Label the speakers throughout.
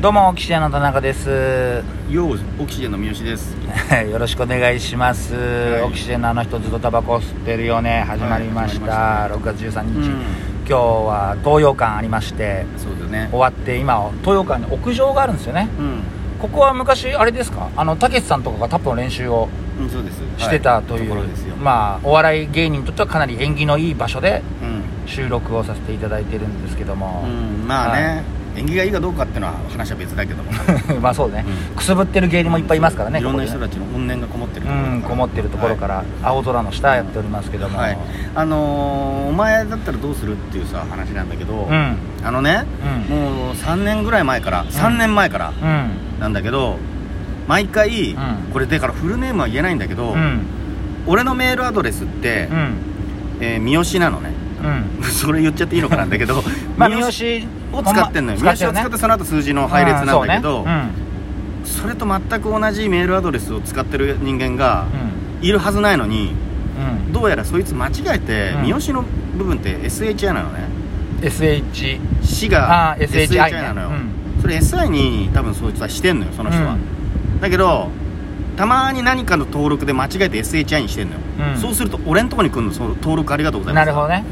Speaker 1: どうもオキシジェンの田中です
Speaker 2: ようオキシジェンの三好です
Speaker 1: よろしくお願いします、
Speaker 2: い
Speaker 1: オキシジェンのあの人ずっとタバコ吸ってるよね始まりました,、
Speaker 2: はい
Speaker 1: 6月13日、
Speaker 2: うん
Speaker 1: 今日は東洋館ありまして
Speaker 2: そうだね
Speaker 1: 終わって今東洋館に屋上があるんですよね
Speaker 2: うん、
Speaker 1: ここは昔あれですかあのたけしさんとかがタップの練習を
Speaker 2: うん、そうです
Speaker 1: してたという,、
Speaker 2: はところですよ、
Speaker 1: まあお笑い芸人にとってはかなり縁起のいい場所で
Speaker 2: うん、
Speaker 1: 収録をさせていただいてるんですけども、
Speaker 2: うん、まあね、縁起がいいかどうかっていうのは話は別だけども
Speaker 1: まあそうね、
Speaker 2: う
Speaker 1: くすぶってる芸人もいっぱいいますからね、
Speaker 2: いろんな
Speaker 1: ここ
Speaker 2: 人
Speaker 1: でね
Speaker 2: たちの怨念がこもってるところだから
Speaker 1: うん、こもってるところか
Speaker 2: は
Speaker 1: ら青空の下やっておりますけども、
Speaker 2: はいあのーお前だったらどうするっていうさ話なんだけど、
Speaker 1: うん
Speaker 2: あのね
Speaker 1: うん
Speaker 2: もう3年ぐらい前から3年前から
Speaker 1: うん
Speaker 2: なんだけど毎回、
Speaker 1: うん
Speaker 2: これだからフルネームは言えないんだけど、
Speaker 1: うん
Speaker 2: 俺のメールアドレスって、
Speaker 1: うん
Speaker 2: えー三好なのね
Speaker 1: うん
Speaker 2: それ言っちゃっていいのかなんだけど
Speaker 1: まあ三好
Speaker 2: を使ってんのよ、
Speaker 1: ほま
Speaker 2: 三好を使
Speaker 1: ね
Speaker 2: ってその後数字の配列なんだけど、
Speaker 1: うんそうね
Speaker 2: それと全く同じメールアドレスを使ってる人間が
Speaker 1: うん
Speaker 2: いるはずないのに
Speaker 1: うんうん
Speaker 2: どうやらそいつ間違えて、
Speaker 1: うん
Speaker 2: 三好の部分って SHI なのね
Speaker 1: SH
Speaker 2: 死が
Speaker 1: あ
Speaker 2: SHI
Speaker 1: SHI ね
Speaker 2: なのよ、
Speaker 1: うん
Speaker 2: それ SI に多分そいつはしてんのよその人は、だけどたまに何かの登録で間違えて SHI にしてんのよ、
Speaker 1: うん
Speaker 2: そうすると俺んとこに来るのその登録ありがとうございま
Speaker 1: な
Speaker 2: す
Speaker 1: るほどね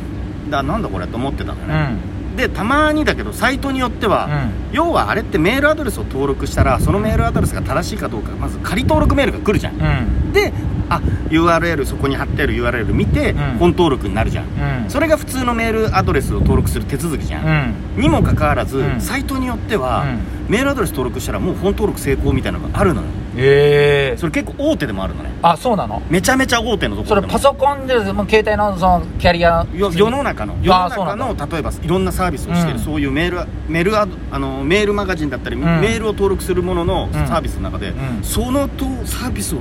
Speaker 2: だなんだこれと思ってたんだよ
Speaker 1: う
Speaker 2: ね、
Speaker 1: ん
Speaker 2: でたまにだけどサイトによっては、
Speaker 1: う
Speaker 2: 要はあれってメールアドレスを登録したらそのメールアドレスが正しいかどうかまず仮登録メールが来るじゃん
Speaker 1: んうん
Speaker 2: であ URL そこに貼ってある URL 見て、
Speaker 1: うん
Speaker 2: 本登録になるじゃん
Speaker 1: うん
Speaker 2: それが普通のメールアドレスを登録する手続きじゃ、
Speaker 1: うんん
Speaker 2: にもかかわらず、
Speaker 1: うん
Speaker 2: サイトによっては、
Speaker 1: うん
Speaker 2: メールアドレス登録したらもう本登録成功みたいなのがあるのよ
Speaker 1: ええ
Speaker 2: それ結構大手でもあるのね
Speaker 1: あそうなの
Speaker 2: めちゃめちゃ大手のとこ
Speaker 1: そ
Speaker 2: ろ
Speaker 1: れ
Speaker 2: で
Speaker 1: パ
Speaker 2: も
Speaker 1: ソコンでもう携帯のそのキャリア
Speaker 2: よ世の中の世の
Speaker 1: あーそうな
Speaker 2: 中
Speaker 1: んだ
Speaker 2: の例えばいろんなサービスをしてる、
Speaker 1: うん
Speaker 2: そういうメールメールアドあのメールマガジンだったり、
Speaker 1: ん
Speaker 2: メールを登録するものの
Speaker 1: ん
Speaker 2: サービスの中で、
Speaker 1: うん
Speaker 2: そのとサービスを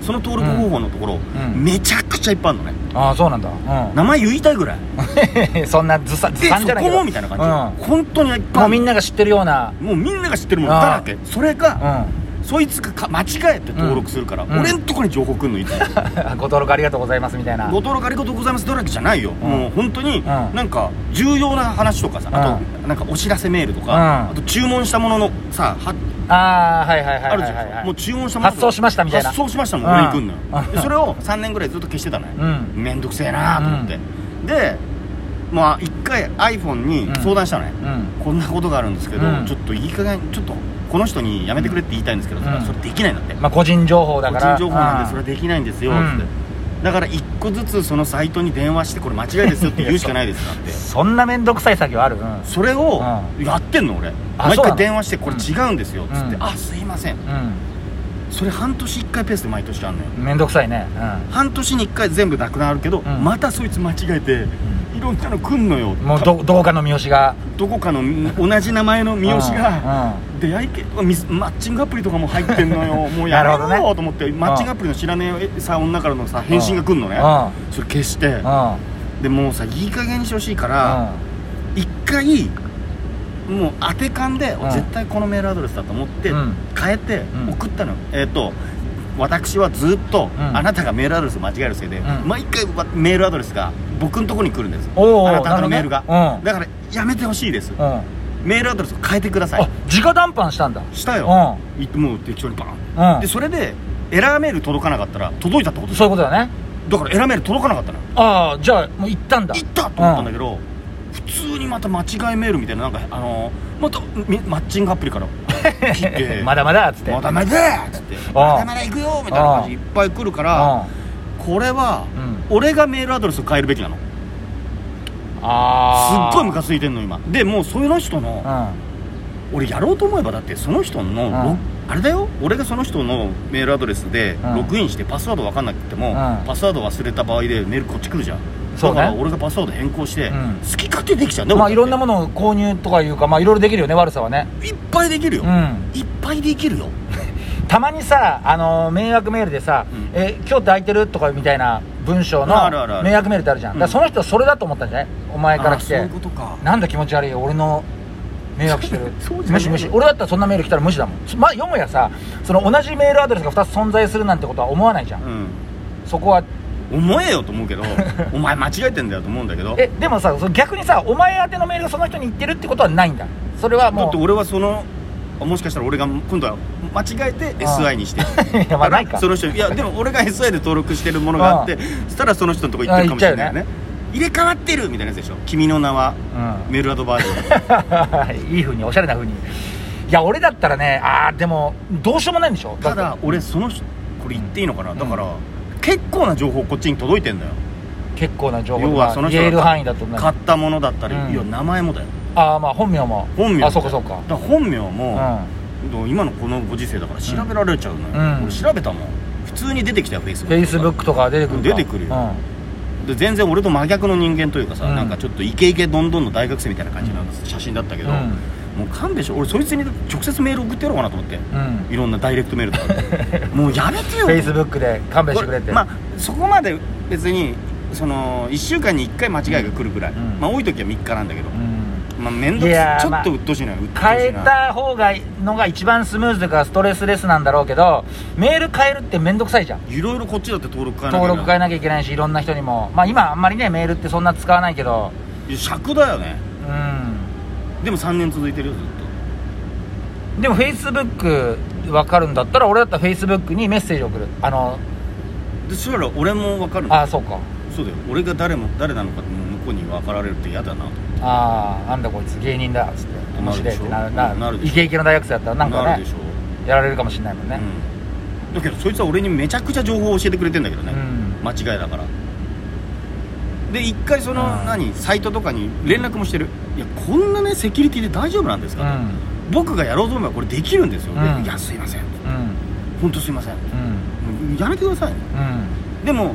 Speaker 2: その登録方法のところ、
Speaker 1: うん
Speaker 2: めちゃくちゃいっぱいあるのね
Speaker 1: ああそうなんだう
Speaker 2: 名前言いたいぐらい
Speaker 1: ん そんなずさず
Speaker 2: で
Speaker 1: さん
Speaker 2: そ
Speaker 1: じゃない
Speaker 2: こ
Speaker 1: けど
Speaker 2: もみたいな感じ、本当にいっ
Speaker 1: うんも
Speaker 2: ぱ
Speaker 1: う
Speaker 2: い
Speaker 1: みん
Speaker 2: な
Speaker 1: なが知ってるような
Speaker 2: もうみんなが知ってるものだらけそれ
Speaker 1: うん
Speaker 2: が、そいつがか間違えて登録するから、
Speaker 1: うん
Speaker 2: 俺んとこに情報くんのいつも
Speaker 1: ご登録ありがとうございますみたいな
Speaker 2: ご登録ありがとうございますだらけじゃないよ、もう本当に、
Speaker 1: ん
Speaker 2: なんか重要な話とかさ、あとなんかお知らせメールとか、
Speaker 1: うん
Speaker 2: あと注文したもののさは
Speaker 1: ああはいはいはい
Speaker 2: あ
Speaker 1: はい
Speaker 2: る
Speaker 1: は
Speaker 2: じゃ
Speaker 1: い
Speaker 2: ん、
Speaker 1: はい
Speaker 2: もう注文したものとか
Speaker 1: 発送しましたみたいな
Speaker 2: 発送しましたも
Speaker 1: う
Speaker 2: ん、
Speaker 1: ん
Speaker 2: 俺に来んのよ
Speaker 1: うん
Speaker 2: でそれを3年ぐらいずっと消してたのよ、
Speaker 1: うん
Speaker 2: めんどくせえなと思って、でまあ1回 iPhone に相談したのね、
Speaker 1: うん
Speaker 2: こんなことがあるんですけど、
Speaker 1: うん
Speaker 2: ちょっといい加減ちょっとこの人にやめてくれって言いたいんですけど、
Speaker 1: うん
Speaker 2: それはそれできないんだって、
Speaker 1: まあ個人情報だ
Speaker 2: 個
Speaker 1: から
Speaker 2: 人情報なんでそれ
Speaker 1: う
Speaker 2: はできないんですよ、
Speaker 1: うん
Speaker 2: つってだから1個ずつそのサイトに電話してこれ間違いですよって言うしかないですだって
Speaker 1: そんな面倒くさい作業あるうん
Speaker 2: それを
Speaker 1: う
Speaker 2: やってんの俺
Speaker 1: あ
Speaker 2: 毎
Speaker 1: そうな
Speaker 2: 回
Speaker 1: の
Speaker 2: 電話してこれ違うんですよっつって、
Speaker 1: うん
Speaker 2: あすいません
Speaker 1: う
Speaker 2: それ半年1回ペースで毎年あんのよ
Speaker 1: ん面倒くさいねうん
Speaker 2: 半年に1回全部なくなるけど、
Speaker 1: ん
Speaker 2: またそいつ間違えていろんなの来んのよ
Speaker 1: もう
Speaker 2: た
Speaker 1: どどこかの三好が
Speaker 2: どこかの同じ名前の三好が、
Speaker 1: が
Speaker 2: 出会い系ミスマッチングアプリとかも入ってんの よもうや
Speaker 1: な
Speaker 2: め
Speaker 1: るほど
Speaker 2: ろ
Speaker 1: ね
Speaker 2: よと思って、マッチングアプリの知らねええさ女からのさ返信が来るのね
Speaker 1: う
Speaker 2: それ消して
Speaker 1: んうん
Speaker 2: でもうさいい加減にしてほしいから一回もう当て勘で
Speaker 1: うん
Speaker 2: 絶対このメールアドレスだと思って
Speaker 1: うん
Speaker 2: 変えて
Speaker 1: うん
Speaker 2: 送ったのよえっと私はずっと
Speaker 1: うん
Speaker 2: あなたがメールアドレスを間違えるせいで
Speaker 1: うん
Speaker 2: 毎回わメールアドレスが僕のとこに来るんです
Speaker 1: おうおう
Speaker 2: あなた
Speaker 1: なるほ
Speaker 2: の
Speaker 1: どね
Speaker 2: メールが
Speaker 1: うん
Speaker 2: だからやめてほしいです
Speaker 1: うんうん
Speaker 2: メールアドレスを変えてくださ
Speaker 1: あ
Speaker 2: い
Speaker 1: 直談判したんだ
Speaker 2: したよ
Speaker 1: う
Speaker 2: いもう適当にバン
Speaker 1: んうん
Speaker 2: でそれでエラーメール届かなかったら届いたってことでし
Speaker 1: そうい
Speaker 2: ょ
Speaker 1: うことだね
Speaker 2: だからエラーメール届かなかったの
Speaker 1: ああじゃあもう行ったんだ
Speaker 2: 行ったと思ったんだけど、普通にまた間違いメールみたいななんかあのーまたみマッチングアプリから 来て
Speaker 1: まだまだっつって
Speaker 2: まだまだっつって
Speaker 1: ん
Speaker 2: まだまだ行くよみたいな感じいっぱい来るからこれは
Speaker 1: うん
Speaker 2: 俺がメールアドレスを変えるべきなのす
Speaker 1: ああ
Speaker 2: っごいムカついてんの今でもうその人の俺やろうと思えばだってその人のロ、
Speaker 1: うん
Speaker 2: あれだよ俺がその人のメールアドレスで
Speaker 1: うん
Speaker 2: ログインしてパスワード分かんなくても、
Speaker 1: うん
Speaker 2: パスワード忘れた場合でメールこっち来るじゃん
Speaker 1: そう
Speaker 2: だ
Speaker 1: ね
Speaker 2: から俺がパスワード変更して、
Speaker 1: うん
Speaker 2: 好き勝手できちゃう
Speaker 1: うんまあいろんな
Speaker 2: も
Speaker 1: ものを購入とかいうかまあいろいろできるよね悪さはね
Speaker 2: いっぱいできるよ、
Speaker 1: うん
Speaker 2: いっぱいできるよ
Speaker 1: たまにさあのー迷惑メールでさ
Speaker 2: うん
Speaker 1: 「え今日抱いてる?」とかみたいな文章の
Speaker 2: あるあるある
Speaker 1: 迷惑メールってあるじゃん
Speaker 2: うん
Speaker 1: だからその人はそれだと思ったんじゃないお前から来
Speaker 2: あーそう
Speaker 1: て
Speaker 2: いうことか
Speaker 1: なんだ気持ち悪いよ俺の迷惑してる
Speaker 2: そうじゃない
Speaker 1: 無視無視俺だったらそんなメール来たら無視だもんまあよもやさその同じメールアドレスが2つ存在するなんてことは思わないじゃん
Speaker 2: うん
Speaker 1: そこは
Speaker 2: 思えよと思 うけどお前間違えてんだよと思うんだけど
Speaker 1: えでもさその逆にさお前宛てのメールがその人に行ってるってことはないんだそれは
Speaker 2: だ
Speaker 1: も
Speaker 2: って俺はそのもしかしたら俺が今度は間違えて SI にして
Speaker 1: いやまあないか
Speaker 2: その人 いやでも俺が SI で登録してるものがあってそしたらその人のとこ行ってるかもしれないよね入れ替わってるみたいなやつでしょ君の名は
Speaker 1: う
Speaker 2: メールアドバージョン
Speaker 1: ん いいふうにおしゃれなふうにいや俺だったらねああでもどうしようもないんでしょ
Speaker 2: た
Speaker 1: っ
Speaker 2: だ
Speaker 1: て
Speaker 2: 俺その人これ言っていいのかなだか
Speaker 1: う
Speaker 2: ら結構な情報こっちに届いてんだよ
Speaker 1: 結構な情報
Speaker 2: 要はその人
Speaker 1: 言える
Speaker 2: が
Speaker 1: 範囲だと
Speaker 2: 買ったものだったり
Speaker 1: うん
Speaker 2: いや名前もだよ
Speaker 1: ああまあ本名も
Speaker 2: 本名
Speaker 1: あそうかそうか
Speaker 2: だから本名
Speaker 1: う
Speaker 2: も
Speaker 1: ん
Speaker 2: 今のこのご時世だから調べられちゃうの
Speaker 1: うん
Speaker 2: よ俺調べたもん普通に出てきたよフェイス
Speaker 1: フ
Speaker 2: ブ
Speaker 1: ェイ
Speaker 2: ック
Speaker 1: スブックとか出てくるか
Speaker 2: 出てくるよで全然俺と真逆の人間というかさ、
Speaker 1: うん
Speaker 2: なんかちょっとイケイケどんどんの大学生みたいな感じの写真だったけ
Speaker 1: うん
Speaker 2: ど、もう勘弁して俺そいつに直接メール送ってやろうかなと 思って
Speaker 1: うん
Speaker 2: いろんなダイレクトメールとかもうやめてよ
Speaker 1: フェイスブックで勘弁してくれっ
Speaker 2: こ
Speaker 1: て
Speaker 2: れまあそこまで別にその1週間に1回間違いが来るぐらい、
Speaker 1: うん
Speaker 2: まあ多い時は3日なんだけど、
Speaker 1: うん
Speaker 2: まあ面倒
Speaker 1: い
Speaker 2: く
Speaker 1: やー
Speaker 2: さちょ
Speaker 1: ま
Speaker 2: っ
Speaker 1: あ
Speaker 2: と鬱陶しいな鬱陶しいな
Speaker 1: 変えた方がいいのが一番スムーズというかストレスレスなんだろうけどメール変えるって面倒くさいじゃん
Speaker 2: いろいろこっちだって登録変えなきゃい
Speaker 1: 登
Speaker 2: け
Speaker 1: 録変えなきゃいけないしいろんな人にもまあ今あんまりねメールってそんな使わないけど
Speaker 2: いや尺だよね
Speaker 1: う
Speaker 2: でも3年続いてるよずっ
Speaker 1: んでもフェイスブック分かるんだったら俺だったらフェイスブックにメッセージ送るあの
Speaker 2: とでそしたら俺も分かるの
Speaker 1: ああそうか
Speaker 2: そうだよ俺が誰も誰なのかもう向こうに分かられるって嫌だなと
Speaker 1: ああなんだこいつ芸人だっつって面白いってなるな
Speaker 2: なるでしょ
Speaker 1: イケイケの大学生だったらなんか
Speaker 2: る
Speaker 1: ね
Speaker 2: でしょ、
Speaker 1: やられるかもしれないもん
Speaker 2: う
Speaker 1: ね
Speaker 2: ん、だけどそいつは俺にめちゃくちゃ情報を教えてくれてんだけど
Speaker 1: う
Speaker 2: ね、
Speaker 1: ん
Speaker 2: 間違いだからで一回その
Speaker 1: うん
Speaker 2: 何サイトとかに連絡もしてるいやこんなねセキュリティで大丈夫なんです
Speaker 1: う
Speaker 2: か、
Speaker 1: ん
Speaker 2: 僕がやろうと思えばこれできるんですよ、で
Speaker 1: うん
Speaker 2: いやすいません
Speaker 1: うん
Speaker 2: 本当すいませんも
Speaker 1: うん
Speaker 2: うやめてください
Speaker 1: うん
Speaker 2: でも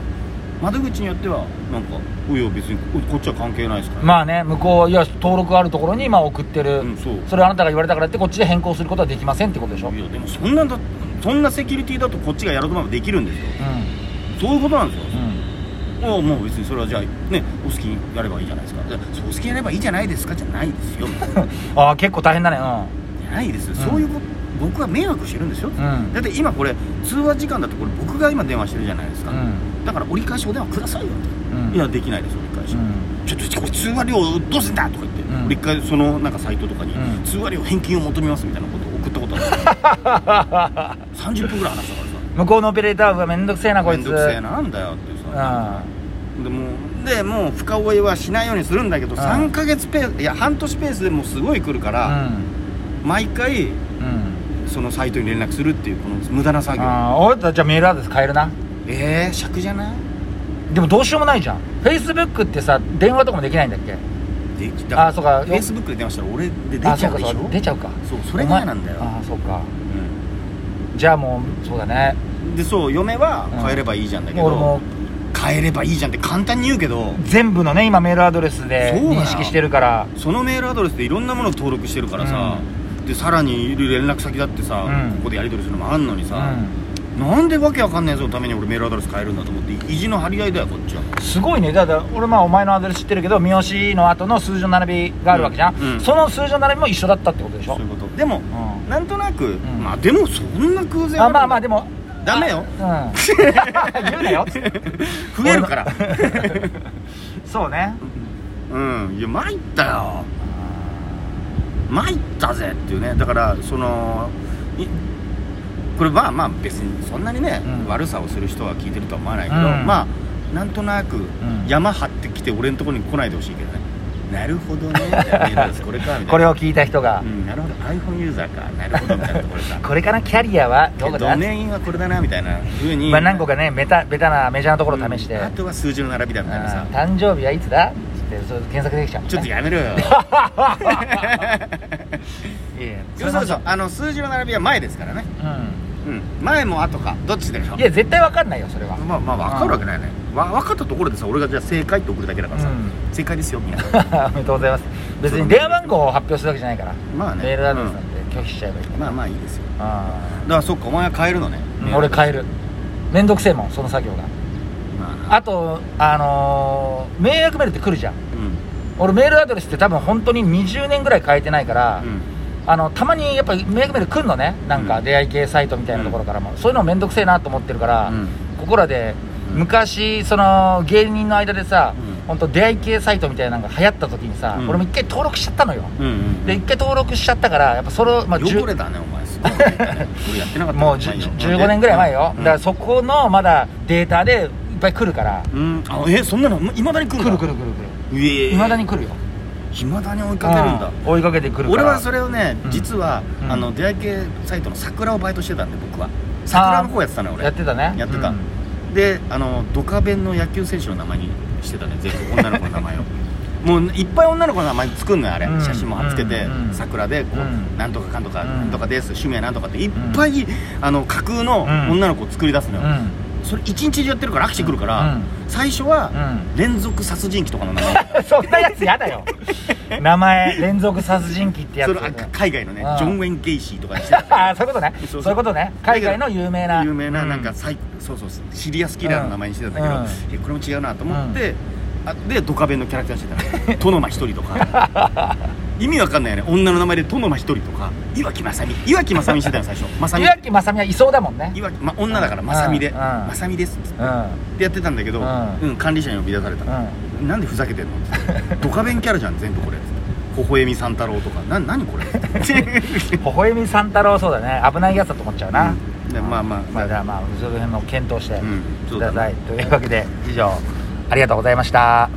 Speaker 2: 窓口によってはなんか「おいや別にここっちは関係ないですから、
Speaker 1: まあね向こういや登録あるところに今送ってる、
Speaker 2: うんそう
Speaker 1: それあなたが言われたからってこっちで変更することはできませんってことでしょ、うん
Speaker 2: いやでもそんなんだそんなセキュリティだとこっちがやろうと思えばできるんですよそういうことなんですよもうもう別にそれはじゃあねお好きにやればいいじゃないですかいやそうお好きにやればいいじゃないですかじゃないですよ
Speaker 1: ああ結構大変だね
Speaker 2: じゃないですよそういうこと僕は迷惑してるんですよ、
Speaker 1: うんうん
Speaker 2: だって今これ通話時間だってこれ僕が今電話してるじゃないですか、
Speaker 1: うん
Speaker 2: だから折り返しお電話くださいよ
Speaker 1: うん
Speaker 2: いやできないです折り返し、
Speaker 1: うん
Speaker 2: ちょっとこれ通話料どうすんだとか言って、
Speaker 1: うん
Speaker 2: 俺一回そのなんかサイトとかに、
Speaker 1: うん
Speaker 2: 通話料返金を求めますみたいなことを送ったことある 30分ぐらい話したからさ
Speaker 1: 向こうのオペレーターがめんどくせえなこい
Speaker 2: 面
Speaker 1: つ
Speaker 2: 倒くせえななんだよって
Speaker 1: うん
Speaker 2: さ、でもうでもう深追いはしないようにするんだけど、
Speaker 1: うん
Speaker 2: 3ヶ月ペースいや半年ペースでもうすごい来るから、毎回
Speaker 1: うんうん
Speaker 2: そのサイトに連絡するっていうこの無駄な作業
Speaker 1: ああ俺たちはメールアドレス変えるな
Speaker 2: えー、尺じゃない
Speaker 1: でもどうしようもないじゃんフェイスブックってさ電話とかもできないんだっけ
Speaker 2: でき
Speaker 1: あーそうか
Speaker 2: フェイスブックで電話したら俺で出ち
Speaker 1: あ
Speaker 2: ゃ
Speaker 1: そううか
Speaker 2: でし
Speaker 1: そ
Speaker 2: ょ
Speaker 1: うか出ちゃうか
Speaker 2: そうそれが嫌なんだよ
Speaker 1: お前ああそうかじゃあもうそうだね
Speaker 2: うんでそう嫁は
Speaker 1: うん
Speaker 2: 変えればいいじゃんだけ
Speaker 1: もう
Speaker 2: ど、
Speaker 1: 俺も
Speaker 2: 変えればいいじゃんって簡単に言うけど
Speaker 1: 全部のね今メールアドレスで
Speaker 2: そうだよ
Speaker 1: 認識してるから
Speaker 2: そのメールアドレスでいろんなものを登録してるからさ、でさらにいる連絡先だってさ、
Speaker 1: うん
Speaker 2: ここでやり取りするのもあんのにさ、なんでわけわかんないやつのために俺メールアドレス変えるんだと思って意地の張り合いだよこっちは
Speaker 1: すごいねだから俺まあお前のアドレス知ってるけど三好の後の数字の並びがあるわけじゃん、
Speaker 2: うんうん
Speaker 1: その数字の並びも一緒だったってことでしょ
Speaker 2: そういうことでも
Speaker 1: う
Speaker 2: なんとなく、
Speaker 1: ん
Speaker 2: まあでもそんな偶然
Speaker 1: ん、あまあまあで
Speaker 2: も
Speaker 1: も
Speaker 2: ダメよ
Speaker 1: うん 言うなよ
Speaker 2: 増えるから
Speaker 1: そうね
Speaker 2: うんいや参ったよ参ったぜっていうねだからそのいこれまあまあ別にそんなにね、
Speaker 1: うん
Speaker 2: 悪さをする人は聞いてるとは思わないけど、
Speaker 1: うん
Speaker 2: まあなんとなく
Speaker 1: ん
Speaker 2: 山張ってきて俺のところに来ないでほしいけどね、なるほど ねみたいなメールアドレスこれかみたいな
Speaker 1: これを聞いた人が
Speaker 2: う、ん、なるほど iPhone ユーザーかなるほどみたいなところさ
Speaker 1: これかなキャリアはどうか
Speaker 2: ド
Speaker 1: な
Speaker 2: メインはこれだなみたいなふうに
Speaker 1: まあ何個かねベタベタなメジャーなところを試して、
Speaker 2: うんあとは数字の並びだみたいなさ
Speaker 1: うん誕生日はいつだってそう検索できちゃうもんね
Speaker 2: ちょっとやめ ろよ
Speaker 1: いや
Speaker 2: そうそ うそうあの数字の並びは前ですからね
Speaker 1: うん
Speaker 2: うん前も後かどっちでしょ
Speaker 1: いや絶対わかんないよそれは
Speaker 2: まあまあ分かるわけないねわ分かったところでさ俺がじゃあ正解って送るだけだからさ、
Speaker 1: うん
Speaker 2: 正解ですよみんな
Speaker 1: おめでとうございます別に電話番号を発表するわけじゃないから
Speaker 2: まあね
Speaker 1: メールアドレスなんて拒否しちゃえばいいか
Speaker 2: うんまあまあいいですよ
Speaker 1: らあ
Speaker 2: だからそっかお前は変えるのね、
Speaker 1: ーうん俺変えるめんどくせえもんその作業が
Speaker 2: まあ
Speaker 1: あとあのー迷惑メールって来るじゃん
Speaker 2: うん
Speaker 1: 俺メールアドレスって多分本当に20年ぐらい変えてないから、あのたまにやっぱり迷惑メール来んのねなんか
Speaker 2: うん
Speaker 1: 出会い系サイトみたいなところからも、そういうのめんどくせえなと思ってるから、
Speaker 2: うん
Speaker 1: ここらで
Speaker 2: うん
Speaker 1: 昔その芸人の間でさ、
Speaker 2: うん
Speaker 1: 本当出会い系サイトみたいなのが流行った時にさ、
Speaker 2: うん
Speaker 1: 俺も一回登録しちゃったのよ
Speaker 2: うんうん
Speaker 1: で一回登録しちゃったからやっぱそれを、まあ、じゅ
Speaker 2: 汚れたねお前すごいね俺やってなかった
Speaker 1: もうじゅ15年ぐらい前よ、だからそこのまだデータでいっぱい来るから
Speaker 2: うんあえそんなのいまだに来
Speaker 1: 来
Speaker 2: るんだ
Speaker 1: る来る来る来る
Speaker 2: ええ
Speaker 1: いまだに来るよ
Speaker 2: いまだに追いかけるんだ
Speaker 1: う追いかけてくるから
Speaker 2: 俺はそれをね
Speaker 1: うん
Speaker 2: 実は、
Speaker 1: うん
Speaker 2: あの出会い系サイトの桜をバイトしてたんで僕は桜の方やってたのよ
Speaker 1: や
Speaker 2: 俺
Speaker 1: ってたね
Speaker 2: やってた
Speaker 1: うん
Speaker 2: であのドカベンの野球選手の名前にしてたね全 部女の子の名前をもういっぱい女の子の名前作んのよあれ、
Speaker 1: うん
Speaker 2: 写真も貼っつけて、
Speaker 1: うん
Speaker 2: 桜でこう、
Speaker 1: うん
Speaker 2: なんとかかんとか、
Speaker 1: うん
Speaker 2: なんとかです趣味はなんとかっていっぱい、あの架空の女の子を作り出すの
Speaker 1: う
Speaker 2: よ、
Speaker 1: ん
Speaker 2: それ一日中やってるから飽きてくるから、
Speaker 1: うん
Speaker 2: 最初は、
Speaker 1: う
Speaker 2: 連続殺人鬼とかの名前
Speaker 1: ん そんなやつやだよ名前連続殺人鬼ってやつ
Speaker 2: それあ海外のねジ
Speaker 1: うん
Speaker 2: ョン・ウェン・ゲイシーとか にして
Speaker 1: ああそういうことね
Speaker 2: そう
Speaker 1: そ
Speaker 2: そうう
Speaker 1: いうことね海外の有名な
Speaker 2: 有名ななんか
Speaker 1: う
Speaker 2: サイ、そうそうシリアスキラーの名前にしてたんだけど、
Speaker 1: うん
Speaker 2: えこれも違うなと思って、あでドカベンのキャラクターしてたの トノマ一人とか 意味わかんないよね女の名前でトノマ一人とか岩城まさみ岩城まさみしてたの最初まさみ
Speaker 1: 岩城まさみはいそうだもんね
Speaker 2: 岩城、ま、女だからまさみで
Speaker 1: うん
Speaker 2: まさみですっつっ
Speaker 1: うんうん
Speaker 2: てやってたんだけど、
Speaker 1: う
Speaker 2: うんん管理者に呼び出されたの、なんでふざけてんのって言ってドカベンキャラじゃん全 部これって微笑み三太郎とかな何これって
Speaker 1: 微笑み三太郎そうだね危ないやつだと思っちゃうな、
Speaker 2: うんでまあまあ
Speaker 1: まあじゃあまあその辺も検討して
Speaker 2: うんそ
Speaker 1: く
Speaker 2: うだ
Speaker 1: だ
Speaker 2: ね
Speaker 1: さい、というわけで以上ありがとうございました